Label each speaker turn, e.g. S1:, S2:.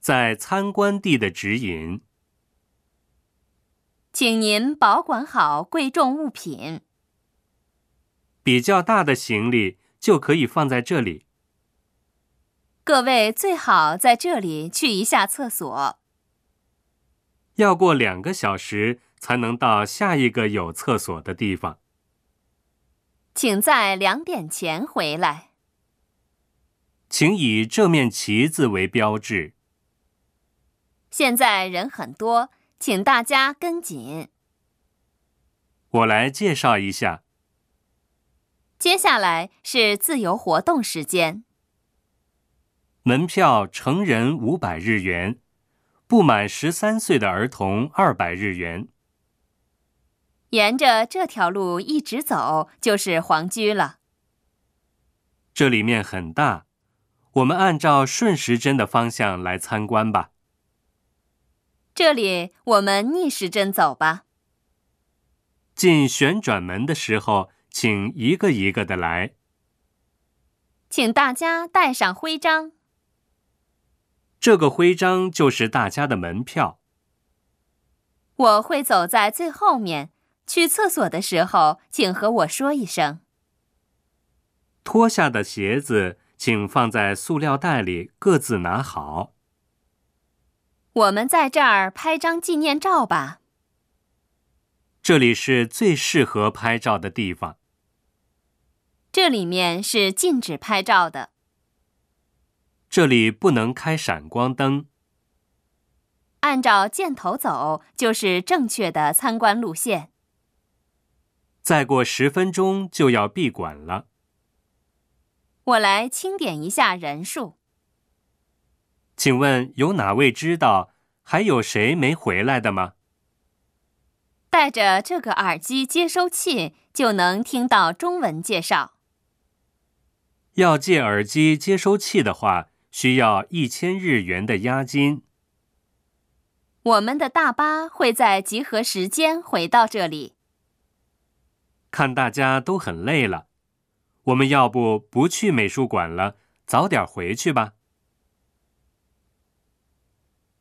S1: 在参观地的指引。
S2: 请您保管好贵重物品。
S1: 比较大的行李就可以放在这里。
S2: 各位最好在这里去一下厕所。
S1: 要过两个小时才能到下一个有厕所的地方。
S2: 请在两点前回来。
S1: 请以这面旗子为标志。
S2: 现在人很多，请大家跟紧。
S1: 我来介绍一下，
S2: 接下来是自由活动时间。
S1: 门票成人五百日元，不满十三岁的儿童二百日元。
S2: 沿着这条路一直走就是皇居了。
S1: 这里面很大，我们按照顺时针的方向来参观吧。
S2: 这里我们逆时针走吧。
S1: 进旋转门的时候，请一个一个的来。
S2: 请大家带上徽章。
S1: 这个徽章就是大家的门票。
S2: 我会走在最后面。去厕所的时候，请和我说一声。
S1: 脱下的鞋子请放在塑料袋里，各自拿好。
S2: 我们在这儿拍张纪念照吧。
S1: 这里是最适合拍照的地方。
S2: 这里面是禁止拍照的。
S1: 这里不能开闪光灯。
S2: 按照箭头走就是正确的参观路线。
S1: 再过十分钟就要闭馆了。
S2: 我来清点一下人数。
S1: 请问有哪位知道还有谁没回来的吗？
S2: 带着这个耳机接收器，就能听到中文介绍。
S1: 要借耳机接收器的话，需要一千日元的押金。
S2: 我们的大巴会在集合时间回到这里。
S1: 看大家都很累了，我们要不不去美术馆了，早点回去吧。